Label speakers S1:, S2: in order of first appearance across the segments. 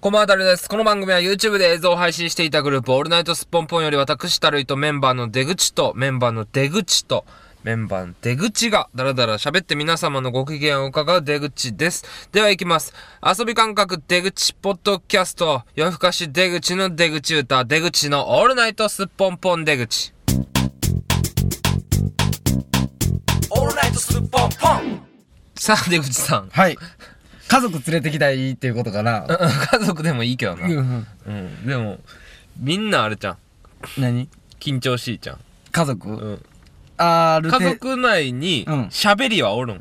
S1: こんばんは、たるです。この番組は YouTube で映像を配信していたグループ、オールナイトスッポンポンより私、たるいとメンバーの出口と、メンバーの出口と、メンバーの出口がだらだら喋って皆様のご機嫌を伺う出口です。では行きます。遊び感覚出口ポッドキャスト、夜更かし出口の出口歌、出口のオールナイトスッポンポン出口。オールナイトスッポンポンさあ、出口さん。
S2: はい。家族連れてきたいっていうことかな。
S1: うん家族でもいいけどな。
S2: うん
S1: うん、でも、みんなあれじゃん。
S2: 何
S1: 緊張しいじゃん。
S2: 家族、
S1: うん。
S2: ある
S1: 家
S2: 程
S1: 族内に
S2: うん、
S1: 喋りはおるん。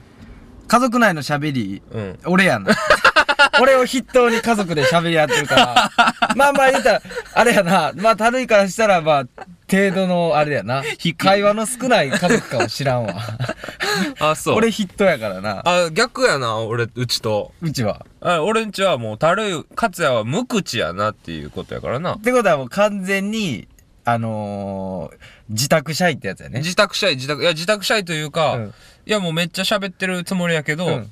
S2: 家族内の喋り、
S1: うん。
S2: 俺やな。 俺を筆頭に家族で喋り合ってるから。まあまあ言ったら、あれやな。まあ、たるいからしたら、まあ、程度のあれやな
S1: 低い。
S2: 会話の少ない家族かも知らん わ。
S1: あ、そう。
S2: 俺筆頭やからな。
S1: あ、逆やな、俺、うちと。
S2: うちは。
S1: あ俺んちはもう、たるい、かつやは無口やなっていうことやからな
S2: っ。てことはもう完全に、あのー、自宅シャイってやつやね。
S1: 自宅シャイ、自宅、いや、自宅シャイというか、
S2: うん
S1: いや、もうめっちゃ喋ってるつもりやけど、
S2: うん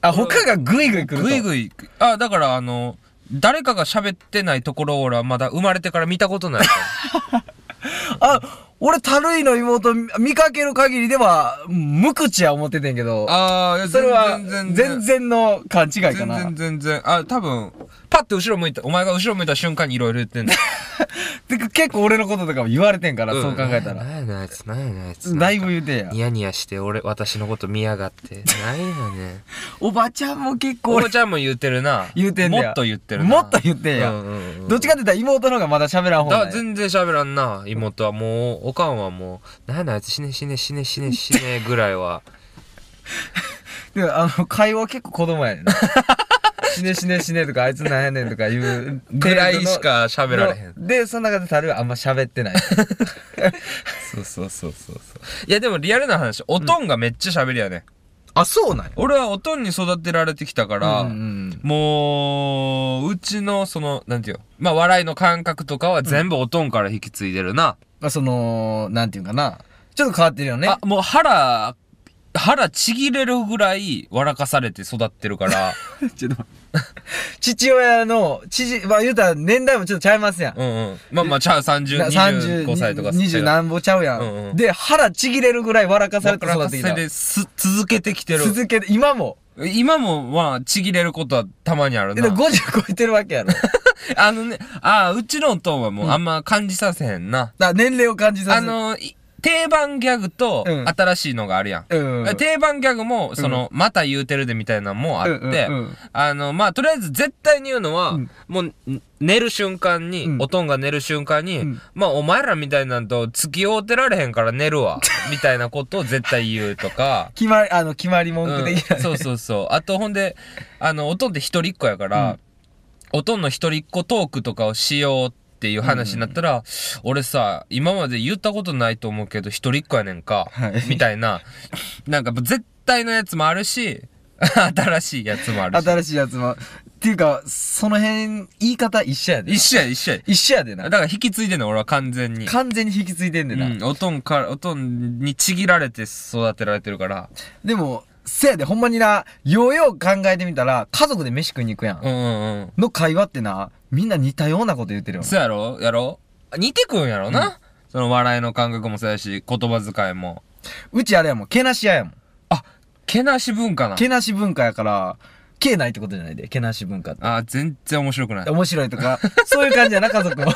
S2: あ、他がグイグイ来ると。
S1: ぐいぐい、あ、だからあの、誰かが喋ってないところを俺はまだ生まれてから見たことないから。
S2: あ、俺、たるいの妹見見かける限りでは、無口や思っててんけ ど、
S1: あー、いや
S2: それは、
S1: 全然
S2: 全然の勘違いか
S1: 全
S2: な
S1: 然。全然。あ、多分、パッて後ろ向いた、お前が後ろ向いた瞬間にいろいろ言ってん だ。
S2: てか結構俺のこととかも言われてんから、
S1: ん
S2: そう考えたら。
S1: なんやねんあいつ、なんやねんあいつ。
S2: だいぶ言うてんや
S1: ニ。ヤニヤして、俺、私のこと見やがって。ないよ ね。
S2: おばちゃんも結構
S1: おば
S2: 俺、
S1: ちゃんも言うてるな。
S2: 言うてんね
S1: も
S2: や
S1: っと言ってるな。
S2: もっと言ってんや
S1: うんうんうん
S2: どっちかって言ったら妹の方がまだ喋らん方
S1: だ
S2: が。
S1: 全然喋らんな妹はもうおかんはもう「なんやねんあいつ死ね死ね死ね死ね死ね」ぐらいは
S2: でもあの、会話結構子供やねんな。 死ね死ね死ねとか、あいつなんやねんとか言う。
S1: ぐらいしか喋られへん
S2: の。で、その中でたるいはあんま喋ってない。
S1: そうそうそうそうそういやでもリアルな話おとんがめっちゃ喋りやね、
S2: あ、そうなんや。
S1: 俺はおとんに育てられてきたから、
S2: うんうん
S1: もう、うちの、その、なんていうのまあ、笑いの感覚とかは全部おとんから引き継いでるな。
S2: まあ、その、なんていうかな。ちょっと変わってるよね。
S1: あ、もう腹、腹ちぎれるぐらい笑かされて育ってる から。
S2: ちょっと待って。 父親の、父、まあ言うたら年代もちょっとちゃいますやん。
S1: うんうん。まあまあ、ちゃう30、
S2: な30
S1: 25歳とか。
S2: 20何ぼちゃうやん。
S1: うんうん
S2: で、腹ちぎれるぐらい笑かされて
S1: 笑
S2: 育
S1: か
S2: ってき
S1: さ
S2: た。
S1: れす続けてきてる。
S2: 続けて、今も。
S1: 今も、まあ、ちぎれることはたまにある
S2: で、で
S1: な。
S2: 50超えてるわけやろ。だか
S1: あのね、ああ、うちのおとんはもうあんま感じさせへんな。
S2: ら年齢を感じさせ
S1: あ
S2: る。、
S1: の、い定番ギャグと
S2: うん
S1: 新しいのがあるやん。
S2: うん。
S1: 定番ギャグも、その、また言うてるでみたいなのもあって、
S2: うんうんうん
S1: あの、まあ、とりあえず絶対に言うのは、
S2: うん
S1: もう、ん寝る瞬間に、
S2: うん
S1: おとんが寝る瞬間に、
S2: うん、
S1: まあ、お前らみたいなんと付き合うてられへんから寝るわ、みたいなことを絶対言うとか
S2: 決まり、あの、決まり文
S1: う
S2: 句
S1: ん
S2: 的な、ね
S1: そうそうそう。あと、ほんで、あの、おとんって一人っ子やから、おとんの一人っ子トークとかをしようっていう話になったら、俺さ、今まで言ったことないと思うけど、一人っ子やねんか、
S2: はい
S1: みたいな、なんか絶対のやつもあるし、 新しいやつもあるし。
S2: 新しいやつも。っていうか、その辺、言い方一緒やで。
S1: 一緒や、一緒や。
S2: 一緒やで
S1: だ
S2: な。
S1: から引き継いでんの、俺は完全に。
S2: 完全に引き継いでん
S1: う
S2: でな。
S1: ん、おとんから、おとんにちぎられて育てられてるから。
S2: でも、せやで、ほんまにな、ようよう考えてみたら、家族で飯食いに行くやん。
S1: うんうんうん。
S2: の会話ってな、みんな似たようなこと言ってるよ。
S1: そうやろやろ似てくんやろな、その笑いの感覚もそうやし、言葉遣いも。
S2: うちあれやもん、けなし屋やもん。
S1: あ、けなし文化な。
S2: けなし文化やから、けないってことじゃないで、けなし文化って。
S1: あ、全然面白くない。
S2: 面白いとか、そういう感じやな、家族も。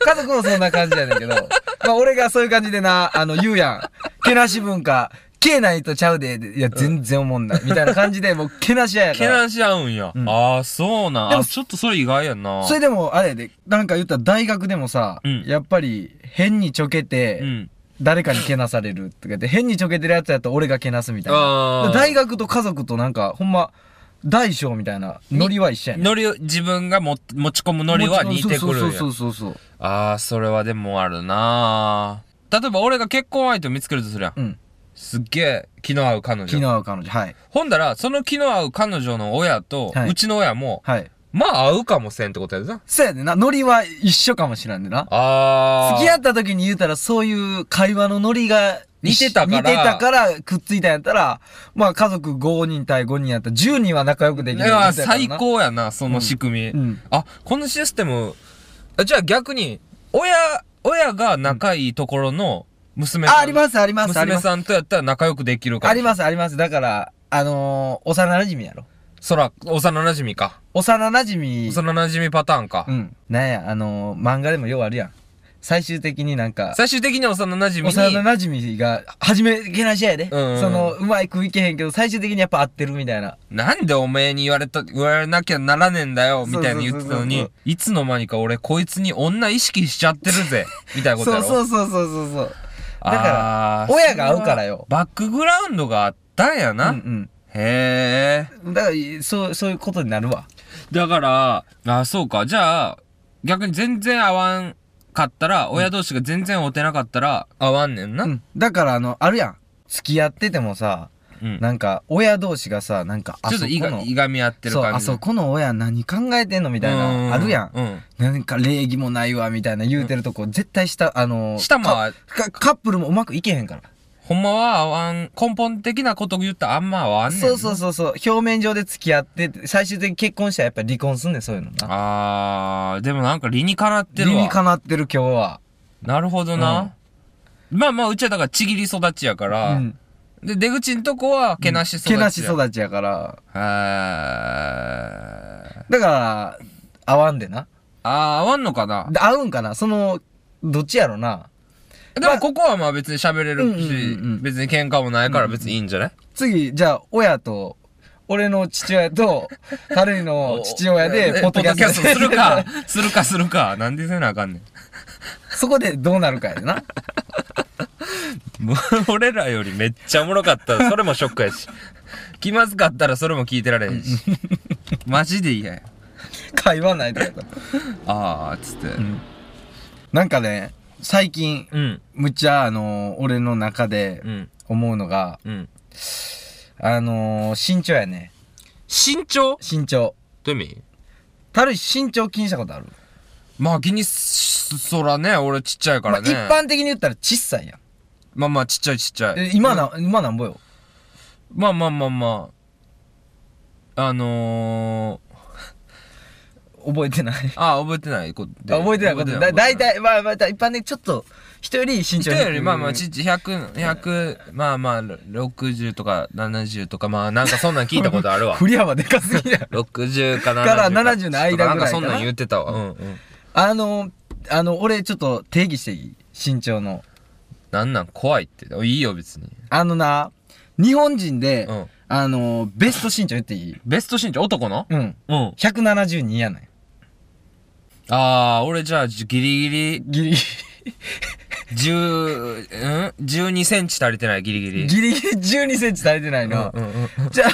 S2: 家族もそんな感じやねんけど。まあ俺がそういう感じでな、あの、言うやん。けなし文化、けないとちゃうで、でいや、全然思んない。みたいな感じで、もう、けなし屋やか
S1: け
S2: ら。
S1: なし合うんや。
S2: ん
S1: ああ、そうなん。
S2: でも
S1: あ、ちょっとそれ意外やんな。
S2: それでも、あれやで、なんか言ったら大学でもさ、
S1: うん
S2: やっぱり、変にちょけて、
S1: うん。
S2: 誰かにけなされるとかって、変にちょけてるやつやと俺がけなすみたいな
S1: あ。ー
S2: 大学と家族となんか、ほんま、大小みたいな、ノリは一緒やねん。
S1: ノリを、自分がも持ち込むノリは似てくる
S2: そ
S1: ん
S2: う
S1: や
S2: そ。うそうそうそう。
S1: ああ、それはでもあるな。例えば俺が結婚相手を見つけるとするやん。
S2: うん。
S1: すっげえ気の合う彼
S2: 昨
S1: 女。
S2: 日彼女、はい。
S1: ほんだら、その気の合う彼女の親と、
S2: はいう
S1: ちの親も、
S2: はい。
S1: まあ合うかもせんってことやでな。
S2: そうやねんな、ノリは一緒かもしらんでな。
S1: ああ。
S2: 付き合った時に言うたらそういう会話のノリが
S1: 似てたから
S2: 似てたからくっついたんやったら、まあ家族5人対5人やったら10人は仲良くできる
S1: いや、
S2: みたいな
S1: 最。高やな、その仕組み。
S2: うんうん
S1: あ、このシステム、あじゃあ逆に、親、親が仲いいところの娘さん。
S2: あ、あります、あります、あり
S1: 娘
S2: ます。
S1: さんとやったら仲良くできるか
S2: あ
S1: ら。
S2: ります、あります。だから、あのー、幼馴染やろ。
S1: そら、幼馴染か。
S2: 幼馴染
S1: 幼馴染パターンか。
S2: うん。なんや、あのー、漫画でもようあるやん。最終的になんか、
S1: 最終的には幼馴染に。
S2: 幼馴染が、初めけなしやで。
S1: うんうん
S2: その、うまい食いけへんけど、最終的にやっぱ合ってるみたいな。
S1: なんでおめえに言われた、言われなきゃならねえんだよ、みたいに言ってたの
S2: そうそうそう
S1: に
S2: そ、
S1: いつの間にか俺こいつに女意識しちゃってる ぜ、みたいな
S2: そ
S1: こ
S2: う
S1: と
S2: そ
S1: や
S2: う
S1: ろ。
S2: そううそうそう。だ
S1: から
S2: 親が合うからよ
S1: バックグラウンドがあったんやな。
S2: うん
S1: へえ。
S2: うん。だから、そう、そういうことになるわ。
S1: だから、あ、そうか。じゃあ、逆に全然合わんかったら、親同士が全然合うてなかったら、合わんねんな。
S2: うん。だから、あの、あるやん。付き合っててもさ、
S1: うん
S2: なんか、親同士がさ、なんか、あ
S1: ちょ
S2: そ
S1: っ
S2: ことの、
S1: いがいがみ合ってる
S2: そう、
S1: 感
S2: あ
S1: じ。
S2: そこの親何考えてんのみたいうな、あるやん。
S1: うん。
S2: なんか礼儀もないわ、みたいな言うてるとこ、絶対下、あのー、
S1: 下も合う
S2: かカップルもうまくいけへんから。
S1: ほんまは合わん、根本的なこと言ったらあんま合わんねんな。
S2: そうそうそうそう。表面上で付き合って、最終的に結婚したらやっぱり離婚すんねん、そういうのな。
S1: あー、でもなんか理にかなってる
S2: 理に
S1: わ。
S2: かなってる今日は。
S1: なるほどな。まあまあ、うちはだからちぎり育ちやから、
S2: うん。
S1: で、出口んとこはけなし育ちや。
S2: けなし育ちやから。
S1: あー
S2: だから、合わんでな。
S1: あー、合わんのかな
S2: で合うんかなその、どっちやろな。
S1: でもここはまあ別に喋れるし、
S2: うんうんうんうん
S1: 別に喧嘩もないから別にいいんじゃない、
S2: 次、じゃあ、親と、俺の父親 と、春井の父親で、ポッドキャスト
S1: ポッドキャストするか、するかするか、なんでせなあかんねん。
S2: そこでどうなるかやでな。
S1: もう 俺らよりめっちゃおもろかったらそれもショックやし気まずかったらそれも聞いてられへん しマジで嫌や
S2: 会話ないとかやったら。
S1: あーっつってうん、
S2: なんかね、最近、
S1: うん
S2: むっちゃ、あのー、俺の中で
S1: うん
S2: 思うのが、あのー、身長やね。
S1: 身長
S2: 身長。
S1: どういう意味
S2: たるい身長気にしたことある
S1: まあ気にすそらね俺ちっちゃいからね、
S2: まあ、一般的に言ったらちっさいやん。
S1: まあまあちっちゃいちっちゃい
S2: え今な、今なんぼよ。
S1: まあまあまあまああのー、
S2: 覚えてない。
S1: あー覚えてないことで
S2: あ覚えてないことだ。だいたい、まあ、また一般的にちょっと、人より身長
S1: 人よりまあまあ
S2: ち
S1: ちっちゃい100、100、まあまあ60とか70とかまあなんかそんなん聞いたことあるわ。
S2: 振り幅でかすぎやろ。
S1: 60か70
S2: から70の間ぐらいか
S1: な
S2: な
S1: んかそんなん言ってたわ。うんうん。
S2: あの、あの、俺ちょっと定義していい身長の。
S1: なんなん怖いって。いいよ別に。
S2: あのな、日本人で、
S1: うん
S2: あの、ベスト身長言っていい
S1: ベスト身長男の
S2: うん。
S1: うん。
S2: 172やない。
S1: あー、俺じゃあギリギリ
S2: ギリギ
S1: 10、うん ?12 センチ足りてないギリギ
S2: リ。
S1: リ。
S2: ギリギリ12センチ足りてないな。
S1: うんうんうん。
S2: じゃあ、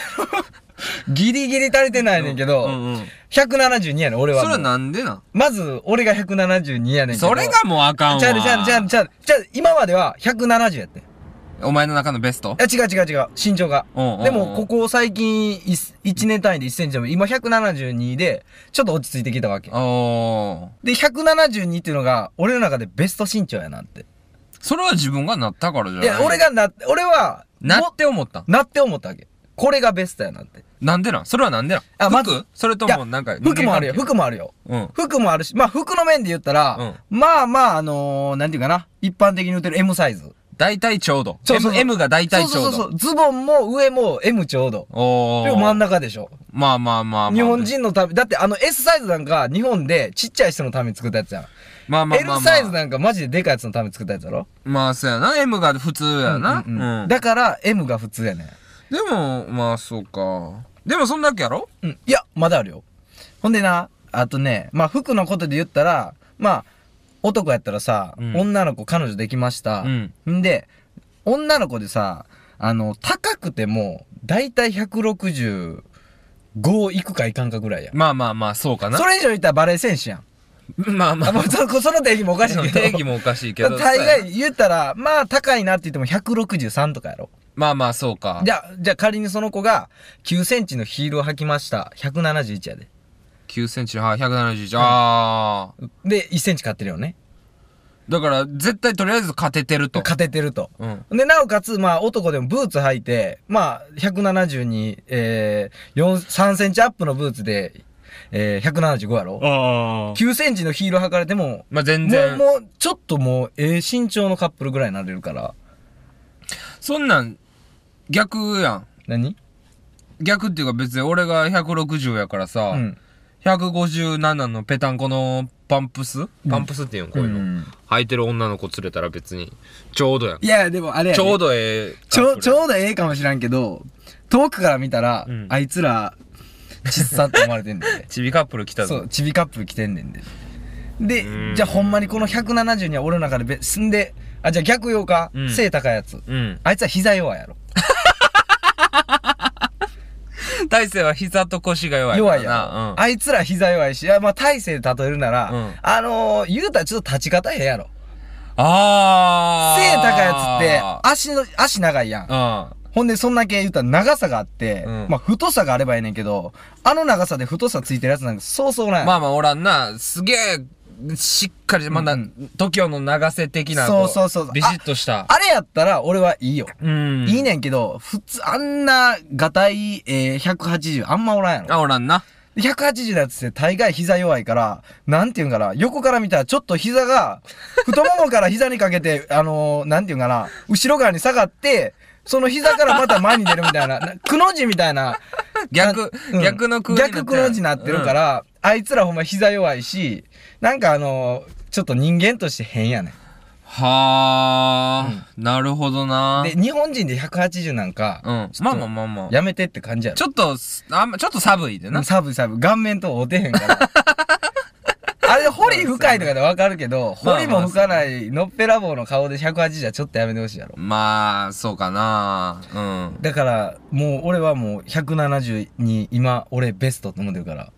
S2: ギリギリ足りてないねんけど、
S1: うんうん。
S2: 172やねん、俺は
S1: そ
S2: もう。
S1: れなんでなん
S2: まず、俺が172やねんけど。
S1: それがもうあかんわ。
S2: ちゃうちゃうちゃうちゃう。ちゃう、今までは170やってん。
S1: お前の中のベスト
S2: あ、違う違う違う。身長が。
S1: うんうんうん
S2: でも、ここ最近1、1年単位で1センチでも、今172で、ちょっと落ち着いてきたわけ。
S1: おー。
S2: で、172っていうのが、俺の中でベスト身長やなって。
S1: それは自分がなったからじゃない
S2: いや、俺がな、俺は、
S1: な
S2: も
S1: って思ったん
S2: なって思ったわけ。これがベストやなって。
S1: なんでなんそれはなんでなん
S2: あまず
S1: 服それと
S2: いや
S1: もなんか
S2: 服もあるよ、
S1: 人間
S2: 服もあるよ。
S1: 関係
S2: 服もあるし、まあ服の面で言ったら、まあまあ、あのー、なんていうかな、一般的に売ってる M サイズ。
S1: うん。大体ちょうど。
S2: そうそう
S1: M, M が大体ちょうど。
S2: そうそうそうそう。ズボンも上も M ちょうど。
S1: おー。
S2: でも真ん中でしょ。
S1: まあまあまあまあ。
S2: 日本人のため、だってあの S サイズなんか日本でちっちゃい人のために作ったやつやん。
S1: まあまあまあ、まあ。
S2: L サイズなんかマジででかいやつのために作ったやつやろ。
S1: まあそうやな。M が普通やな。う
S2: うん
S1: ん。
S2: うんだから M が普通やね
S1: でも、まあそうか。でもそんだけやろ
S2: ん。うん。いや、まだあるよ。ほんでな、あとね、まあ服のことで言ったら、まあ、男やったらさ、
S1: うん
S2: 女の子彼女できました。
S1: うん。
S2: んで、女の子でさ、あの、高くても、だいたい165いくかいかんかぐらいやん。
S1: まあまあまあ、そうかな。
S2: それ以上言ったらバレー選手やん。
S1: まあま
S2: あ、
S1: あ。
S2: もうその、その定義もおかしいけど。
S1: 定義もおかしいけど。
S2: 大概言ったら、まあ高いなって言っても163とかやろ。
S1: まあまあ、そうか。
S2: じゃあ、じゃあ仮にその子が9センチのヒールを履きました。171やで。
S1: 9センチ、はい、171。ああ。
S2: で、1センチ買ってるよね。
S1: だから、絶対とりあえず勝ててると。
S2: 勝ててると。
S1: うん。
S2: で、なおかつ、まあ、男でもブーツ履いて、まあ、170に、えー、4、3センチアップのブーツで、えー、175やろ
S1: ああ。
S2: ?9 センチのヒール履かれても、
S1: まあ、全
S2: もう、
S1: 然。
S2: もう、ちょっともう、ええ身長のカップルぐらいになれるから。
S1: そんなん、逆やん。
S2: 何
S1: 逆っていうか別に俺が160やからさ、
S2: うん。
S1: 157のペタンコのパンプスパンプスっていうのこういうの。
S2: うん
S1: 履いてる女の子連れたら別に、ちょうどやん。
S2: いや、でもあれや
S1: ち
S2: で
S1: ょうどええ
S2: ち
S1: カップ
S2: ょ、
S1: ル。
S2: ちょうどええかもしらんけど、遠くから見たら、
S1: うん。
S2: あいつら、ちっさって思われてんだよね
S1: ちびカップル来た
S2: そ
S1: ぞ。
S2: う、ちびカップル来てんねんで。で
S1: うん、
S2: じゃあほんまにこの170には俺の中でべ、すんで、あ、じゃあ逆用か、
S1: うん
S2: 背高いやつ。
S1: うん。
S2: あいつは膝弱いやろ。
S1: 大勢は膝と腰が弱いから
S2: 弱
S1: な。
S2: いやろ、
S1: うん。
S2: あいつら膝弱いし、いやまあ体勢で例えるなら、
S1: うん
S2: あのー、言うたらちょっと立ち方ええやろ。
S1: ああ。
S2: 背高いやつって、足の、足長いやん。
S1: う
S2: ほんで、そんだけ言ったら長さがあって、
S1: うん
S2: まあ、太さがあればいいねんけど、あの長さで太さついてるやつなんかそうそうない。
S1: ん。まあまあ、おらんな。すげえ、しっかり、まだ、
S2: うん
S1: TOKIO の長瀬的な、
S2: そう
S1: こ
S2: そうそうそう
S1: ビシッとした。
S2: あれやったら俺はいいよ。
S1: うん。
S2: いい。ねんけど、普通、あんな、がたい、えー、180、あんまおらんやろ。
S1: あ、おらん な。
S2: で180のやつって大概膝弱いから、なんていうんかな、横から見たらちょっと 膝が、太ももから膝にかけて、あのー、なんていうんかな、後ろ側に下がって、その膝からまた前に出るみ たいな、なくの字みたいな、
S1: 逆
S2: う、ん
S1: 逆の空気
S2: 逆黒字になってるか。ら、あいつらほんま膝弱いし、なんかあのーちょっと人間として変やね。。
S1: はあ、なるほどなん
S2: で、日本人で180なんか、
S1: うん。
S2: ちょ
S1: ま
S2: っ
S1: あ
S2: と
S1: まあまあまあ。
S2: やめてって感じやろ。
S1: ちょっと、あんま、ちょっと寒いでな。
S2: サブサブ、顔面と合うてへ んから。あれ、彫り深いとかでわかるけど、
S1: まあまあ
S2: 彫りも深ない、のっぺらぼうの顔で180はちょっとやめてほしいやろ。
S1: まあ、そうかな。うん。
S2: だから、もう俺はもう170に今、俺ベストと思ってるから。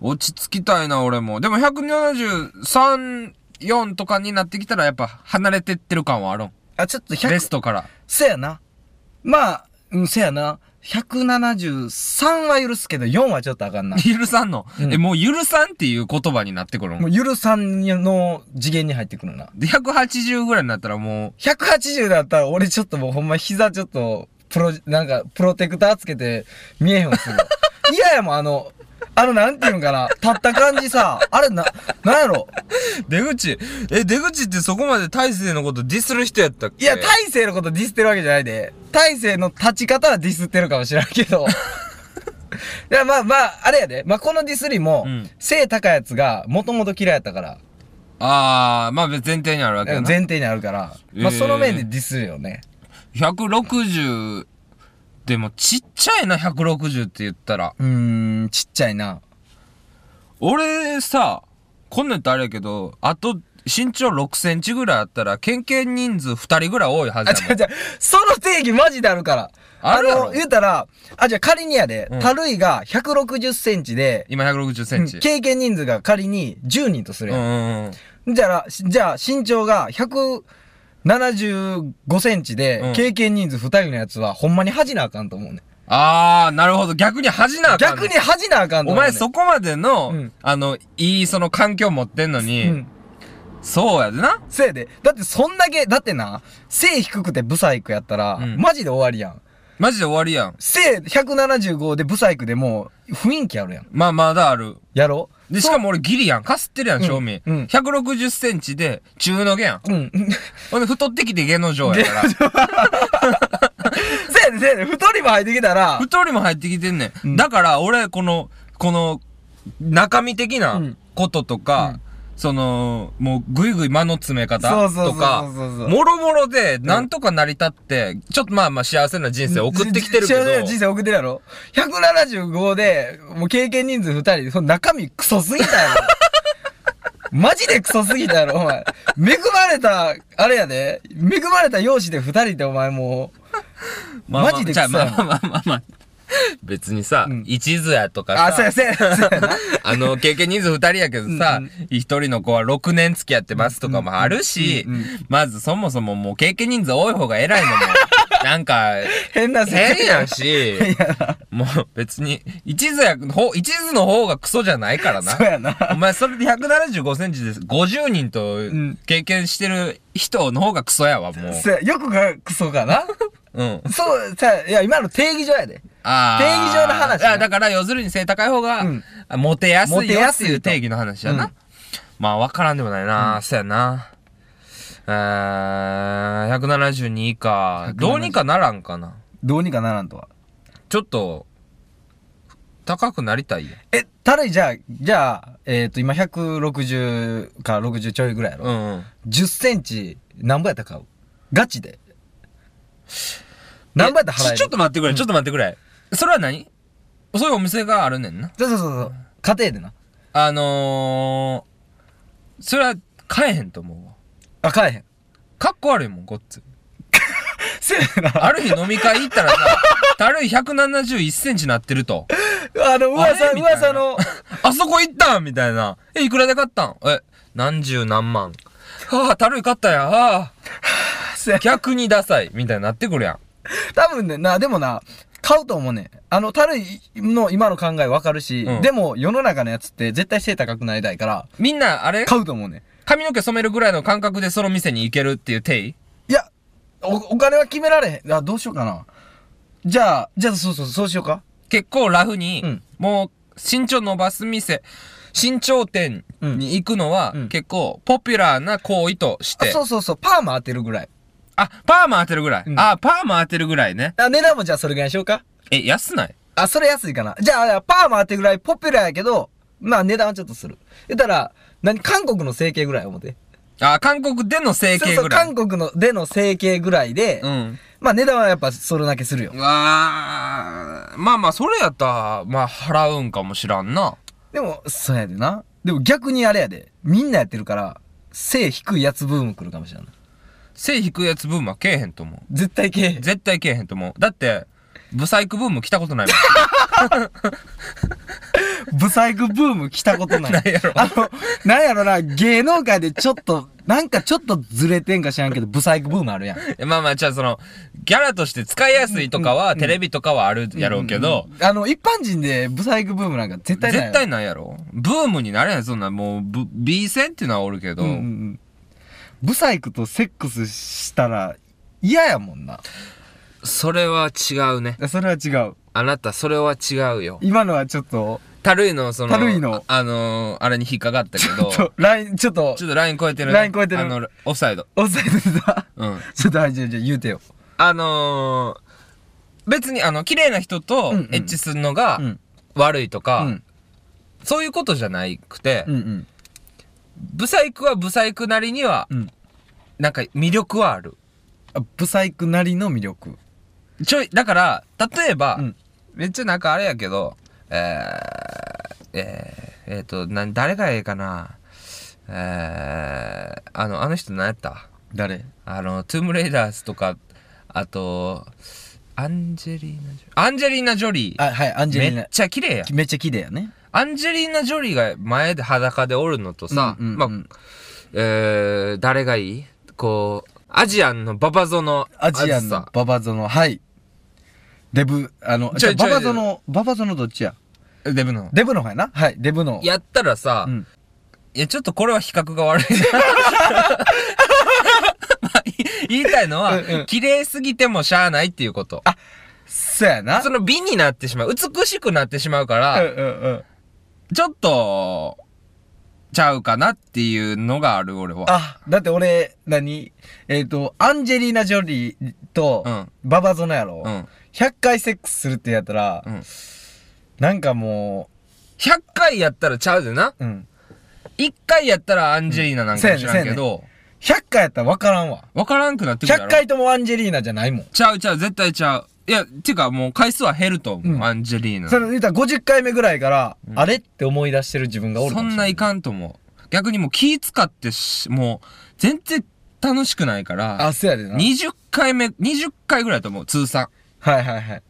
S1: 落ち着きたいな、俺も。でも、173、4とかになってきたら、やっぱ、離れてってる感はあるん。
S2: あ、ちょっと100
S1: ベストから。。
S2: せやな。まあ、うん、せやな。173は許すけど、4はちょっとあかんな
S1: 許さんの、
S2: うん
S1: え、もう許さんっていう言葉になってくる
S2: も
S1: の
S2: う許さんの次元に入ってくるな。
S1: で、180ぐらいになったらも
S2: 180だったら、俺ちょっともうほんま膝ちょっと、プロ、なんか、プロテクターつけて、見えへんわ、す ぐ。嫌やもん、あの、あの、なんていうんかな。立った感じさ、あれ、な、なんやろ。
S1: う、出口、え、出口ってそこまで大勢のことディスる人やったっけ
S2: いや、大勢のことディスってるわけじゃないで。大勢の立ち方はディスってるかもしれんけ ど。いや、まあまあ、あれやで。まあ、このディスりも、
S1: うん
S2: 背高いやつが、もともと嫌いやったから、
S1: あー、まあ別に前提にあるわけやな。
S2: 前提にあるから、
S1: え
S2: まあ、
S1: ー
S2: その面でディスるよね。
S1: 160、でもちっちゃいな、160って言ったら。
S2: うーん、ちっちゃいな。
S1: 俺さ、こんなん言ったらあれやけど、あと、身長6センチぐらいあったら、県警人数2人ぐらい多いはず
S2: あ、
S1: や
S2: 違う
S1: もん。
S2: 違う。その定義マジであるから。
S1: あるやろ
S2: の、言うたら、あ、じゃあ仮にやで
S1: うん、
S2: たるいが160センチで、
S1: 今160セ
S2: う
S1: ン
S2: ん
S1: チ。
S2: 経験人数が仮に10人とす
S1: う
S2: る
S1: ん
S2: やん。
S1: うんうん。
S2: じゃあ、しじゃあ身長が175センチ
S1: うん
S2: で、経験人数2人のやつは、ほんまに恥なあかんと思うね。
S1: あー、なるほど。逆に恥なあかんね
S2: 逆に恥なあかんと
S1: お
S2: 思うね。
S1: 前そこまでの、
S2: うん
S1: あの、いいその環境持ってんのに、
S2: うん。
S1: そうやでな。
S2: せやで。だってそんだけ、だってな、背低くてブサイクやったら、
S1: うん
S2: マジで終わりやん。
S1: マジで終わりやん。
S2: 背175でブサイクでもう、雰囲気あるやん。
S1: まあまだある。
S2: やろ
S1: で、しかも俺ギリやん。かすってるやん、
S2: うん
S1: 正味。
S2: うん
S1: 160センチで、中の毛やん。
S2: うん。
S1: ほんで、太ってきて芸能上やから。
S2: せやでせやで、太りも入ってきたら、
S1: 太りも入ってきてんねん。
S2: うん
S1: だから、俺、この、この、中身的
S2: う
S1: なんこととか、
S2: うん
S1: その、もう、ぐいぐい間の詰め方
S2: そうそうそう
S1: とか
S2: そうそうそ、う
S1: もろもろで、なんとか成り立って、ちょっとまあまあ幸せな人生送ってきてるけど、
S2: 幸せな人生送ってるやろ ?175 で、もう経験人数2人で、その中身クソすぎたやろ。マジでクソすぎたやろ、お前。恵まれた、あれやで、恵まれた容姿で2人ってお前も
S1: まあまあ
S2: マジで
S1: じゃあ
S2: クソ
S1: ま
S2: や
S1: あま
S2: な
S1: あまあまあまあ。 別にさ、
S2: うん
S1: 一途やと
S2: う、
S1: かさ、
S2: あ、そうや、そうや、そうやな。
S1: あの、経験人数二人やけどさ
S2: うんうん、
S1: 一、人の子は6年付き合ってますとかもあるし、
S2: うんうんうん
S1: まずそもそももう経験人数多い方が偉いのもなんか、
S2: 変な世界
S1: 変やし、もう別に、一途や、ほ一途の方がクソじゃないからな
S2: そう。やな。
S1: お前それで175センチです。50人と
S2: ん
S1: 経験してる人の方がクソやわ、もう。
S2: そうやよくがクソかな。
S1: うん。
S2: そう、さ、いや、今の定義上やで。
S1: あ
S2: 定義上の話ね
S1: だだから要するに背高い方が、
S2: うん
S1: あモテやす
S2: モ
S1: い
S2: テ
S1: よ
S2: や
S1: って
S2: すいと
S1: いう定義の話やな、
S2: うん
S1: まあ分からんでもないな、そうやなあー172以下
S2: 170
S1: どうにかならんかな
S2: どうにかならんとは。
S1: ちょっと高くなりたいや
S2: え、たるいじゃあ、じゃあ、えっ、と、今160か60ちょいぐらいやろ。
S1: うんうん
S2: 10センチ、なんぼやったら買うガチで。なんぼやったら払え
S1: え
S2: る
S1: ちょちょっと待ってくれ、ちょっと待ってくれそれは何そういうお店があるねんな
S2: そうそうそうそう。家庭でな。
S1: あのー、それは買えへんと思うわ
S2: あ、買えへん。
S1: かっこ悪いもんごっつ
S2: せや な。
S1: ある日飲み会行ったらさ、たるい171センチなってると。
S2: あの、噂、
S1: あれみたいな
S2: 噂の、
S1: あそこ行ったんみたいな。え、いくらで買ったんえ、何十何万。はあ、たるい買ったやん。は
S2: せや
S1: あ、逆にダサい。みたいになってくるやん。
S2: 多分ね、な、でもな、買うと思うねん。あの、たるいの今の考えわかるし、
S1: うん
S2: でも世の中のやつって絶対背高くなりたいから、
S1: みんな、あれ
S2: 買うと思うね
S1: 髪の毛染めるぐらいの感覚でその店に行けるっていう定義
S2: ん。いや、お、お金は決められへん。あ、どうしようかな。じゃあ、じゃあ、そうそう、そうしようか。
S1: 結構ラフに、
S2: うん
S1: もう、身長伸ばす店、身長店に行くのは、
S2: うん
S1: 結構ポピュラーな行為とし
S2: あ
S1: て。
S2: そうそうそう、パーマ当てるぐらい。
S1: あパーマ当てるぐらい。
S2: うん
S1: あ、パーマ当てるぐらいね。
S2: あ、値段もじゃあそれぐらいにしようか。
S1: え、安ない
S2: あ、それ安いかな。じゃあ、パーマ当てぐらいポピュラーやけど、まあ値段はちょっとする。言ったら、何、韓国の整形ぐらい思って。
S1: あ、韓国での整形ぐらい。
S2: そうそう、韓国のでの整形ぐらいで、
S1: うん。
S2: まあ値段はやっぱそれだけするよ。
S1: わあ、まあまあ、それやったら、まあ、払うんかもしらんな。
S2: でも、そうやでな。でも逆にあれやで。みんなやってるから、背低いやつブーム来るかもしれない。
S1: 背低いやつブームはけえへんと思
S2: 絶対けえへ
S1: う。
S2: ん。
S1: 絶対けえへんと思う。だって、ブサイクブーム来たことない
S2: ブサイクブーム来た ことない。
S1: ないやろ
S2: あの、なんやろな、芸能界でちょっと、なんかちょっとずれてんか知らんけど、ブサイクブームあるやん。
S1: もん。まあまあ、じゃあその、ギャラとして使いやすいとかは、テレビとかはあるやろうけど、
S2: あの、一般人でブサイクブームなんか絶対ない。
S1: 絶対ないやろ。ブームになれへん、そんな、もう、ブ B 線っていうのはおるけど、
S2: うんうんうん。ブサイクとセックスしたら嫌やもんな。
S1: それは違うね。
S2: それは違う。
S1: あなた、それは違うよ。
S2: 今のはちょっと、
S1: たるいの、その、
S2: たるいの
S1: ああのーあれに引っかかったけど、
S2: ちょライン、ちょっと
S1: ちょ、っとライン超えてる、
S2: ライン超えてる
S1: あの、オフサイド。
S2: オフサイドでた。
S1: うん。
S2: ちょっと、はいじゃあじゃあ言うてよ。
S1: あのー、別にあの、綺麗な人と
S2: うんうん
S1: エッチするのが
S2: うん。
S1: 悪いと
S2: う
S1: か、
S2: ん。
S1: そういうことじゃなくて、
S2: うんうん。
S1: ブサイクはブサイクなりには、
S2: うん
S1: なんか魅力はある。
S2: あブサイクなりの魅力。
S1: ちょい、だから、例えば、
S2: うん
S1: めっちゃなんかあれやけど、えー、えー、えーと、な、誰がええかな、えー、あの、あの人何やった
S2: 誰
S1: あの、トゥームレイダーズとか、あと、アンジェリーナ・ジョリー。アンジェリーナ・ジョリー。
S2: あ、はい、アンジェリー
S1: めっ
S2: ナ。
S1: ちゃ綺麗やん。
S2: めっちゃ綺麗やね。
S1: アンジェリーナ・ジョリーが前で裸でおるのとさ、
S2: うんうん
S1: ま
S2: う
S1: あ
S2: ん、
S1: えー、誰がいいこう、アジアンのババゾの、
S2: アジアン
S1: あず
S2: の
S1: さ
S2: ババゾの、はい。デブ、あの、
S1: ち
S2: じ
S1: ょ
S2: ゃ
S1: い
S2: あ
S1: ちょ
S2: バ
S1: い
S2: バゾの、ババゾのどっちや
S1: デブの。
S2: デブの方やなはい、デブの。
S1: やったらさ、
S2: うん
S1: いや、ちょっとこれは比較が悪い な。 まあ、い言いたいのは、
S2: うんうん
S1: 綺麗すぎてもしゃあないっていうこと。
S2: そやな。
S1: その美になってしまう。美しくなってしまうから、
S2: うんうんうん。
S1: ちょっと、ちゃうかなっていうのがある、俺は。
S2: あ、だって俺、何えっと、アンジェリーナ・ジョリーと
S1: うん、
S2: ババゾのやろ
S1: う。ん。
S2: 100回セックスするってやったら
S1: うん、
S2: なんかも
S1: 100回やったらちゃうでな。
S2: う、うん。
S1: 1回やったらアンジェリーナなんかも知らんけ
S2: うんそうやねそう
S1: ど、
S2: 100回やったら分からんわ。
S1: わからんくなってくるや
S2: 100
S1: ろ。
S2: 回ともアンジェリーナじゃないもん。
S1: ちゃうちゃう、絶対ちゃう。いや、ていうかもう回数は減ると思う、
S2: うん
S1: アンジェリーナ。
S2: その言ったら50回目ぐらいから、あれって思い出してる自分がおる
S1: そ
S2: かも
S1: ん
S2: しれ
S1: ないかんと思う。逆にもう気使ってし、もう、全然楽しくないか
S2: あ、
S1: ら、
S2: そうやでな。はい
S1: 20回目、20回ぐらいだと思う、通算。
S2: はいはい。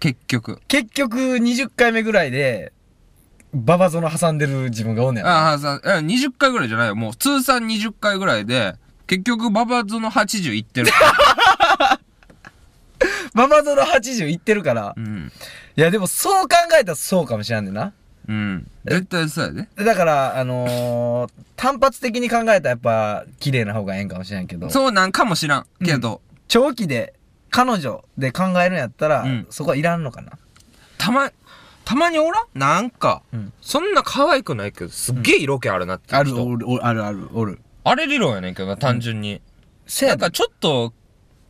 S1: 結局。
S2: 結局、20回目ぐらいで、ババゾの挟んでる自分がおんねやろ。
S1: ああ、さ、え20回ぐらいじゃないよ。もう通算20回ぐらいで、結局、ババゾの80いってる。
S2: ママゾロ80いってるから
S1: う。ん。
S2: いや、でもそう考えたらそうかもしれんねんな。
S1: うん。絶対そうやで。
S2: だから、あのー、単発的に考えたらやっぱ、綺麗な方がええんかもしれんけど、
S1: そうなんかもしらん。けど、
S2: 長期で、彼女で考えるんやったら、
S1: うん
S2: そこはいらんのかな。
S1: たま、たまにおらんなんか、
S2: うん
S1: そんな可愛くないけど、すっげえ色気あるなっていう人。
S2: る、おる、ある、ある、おる。
S1: あれ理論やねんけどな、単純に。
S2: せや
S1: なん
S2: で
S1: かちょっと、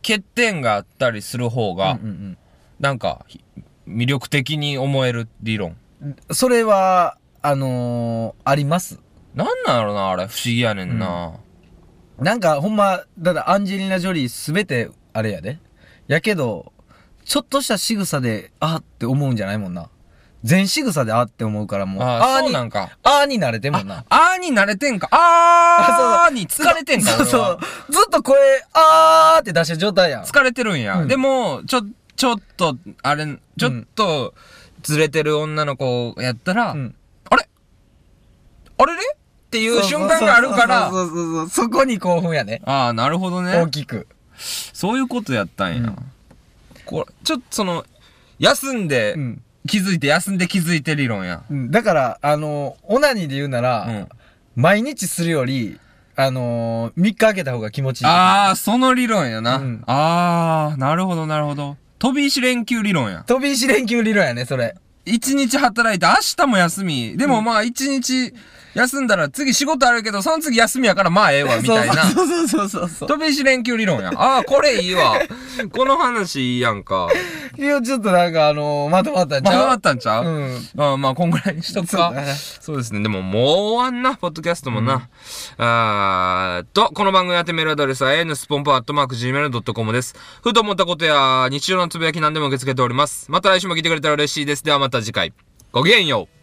S1: 欠点があったりする方が、
S2: うんうん
S1: なんか、ひ魅力的に思える理論。
S2: うん。それは、あのー、あります。
S1: なんなんやろな、あれ。不思議やねんな。
S2: なんかほんま、だからアンジェリーナ・ジョリーすべてあれやで。やけど、ちょっとした仕草で、あーって思うんじゃないもんな。全仕草であーって思うからもう、
S1: ああ、
S2: ー
S1: そう
S2: に、
S1: なんか。
S2: あーに慣れてんもんな
S1: あ。あーに慣れてんか。 あーに疲れてんか。
S2: そう
S1: 俺
S2: そ
S1: は
S2: う。ずっと声、あーって出した状態やん。
S1: 疲れてるんや。
S2: うん
S1: でも、ちょ、ちょっと、あれ、ちょっと、ずれてる女の子やったら、
S2: うん
S1: あれあれれっていう瞬間があるから、
S2: そうそうそうそうそう。そこに興奮やね。
S1: ああ、なるほど
S2: 大
S1: ね。
S2: きく。
S1: そういうことやったんや。
S2: うん
S1: これ、ちょっとその、休んで、
S2: うん。
S1: 気づいて、休んで気づいて理論や。
S2: うんだから、あのー、オナニーで言うな
S1: う
S2: ら、
S1: ん。
S2: 毎日するより、あのー、3日空けた方が気持ちいい。
S1: ああ、その理論やな。
S2: うん
S1: ああ、なるほど、なるほど。飛び石連休理論や。
S2: 飛び石連休理論やね、それ。
S1: 一日働いて、明日も休み。でもまあ、一日休んだら、次仕事あるけど、その次休みやから、まあ、ええわ、みたいな。
S2: そうそうそうそうそう。
S1: 飛び石連休理論や。ああ、これいいわ。この話いいやんか。
S2: いや、ちょっとなんかあのー、まとまったんち
S1: まとま
S2: ゃ
S1: っ
S2: う
S1: たんちゃう、
S2: うん。
S1: まあまあ、こんぐらいにしとく
S2: そう
S1: か
S2: だ。ね
S1: そうですね。でも、もう終わんな、ポッドキャストもな。あーっと、この番組宛てメールアドレスは、n スポンポアットマーク gmail.com です。ふと思ったことや、日常のつぶやき何でも受け付けております。また来週も聞いてくれたら嬉しいです。ではまた次回。ごきげんよう。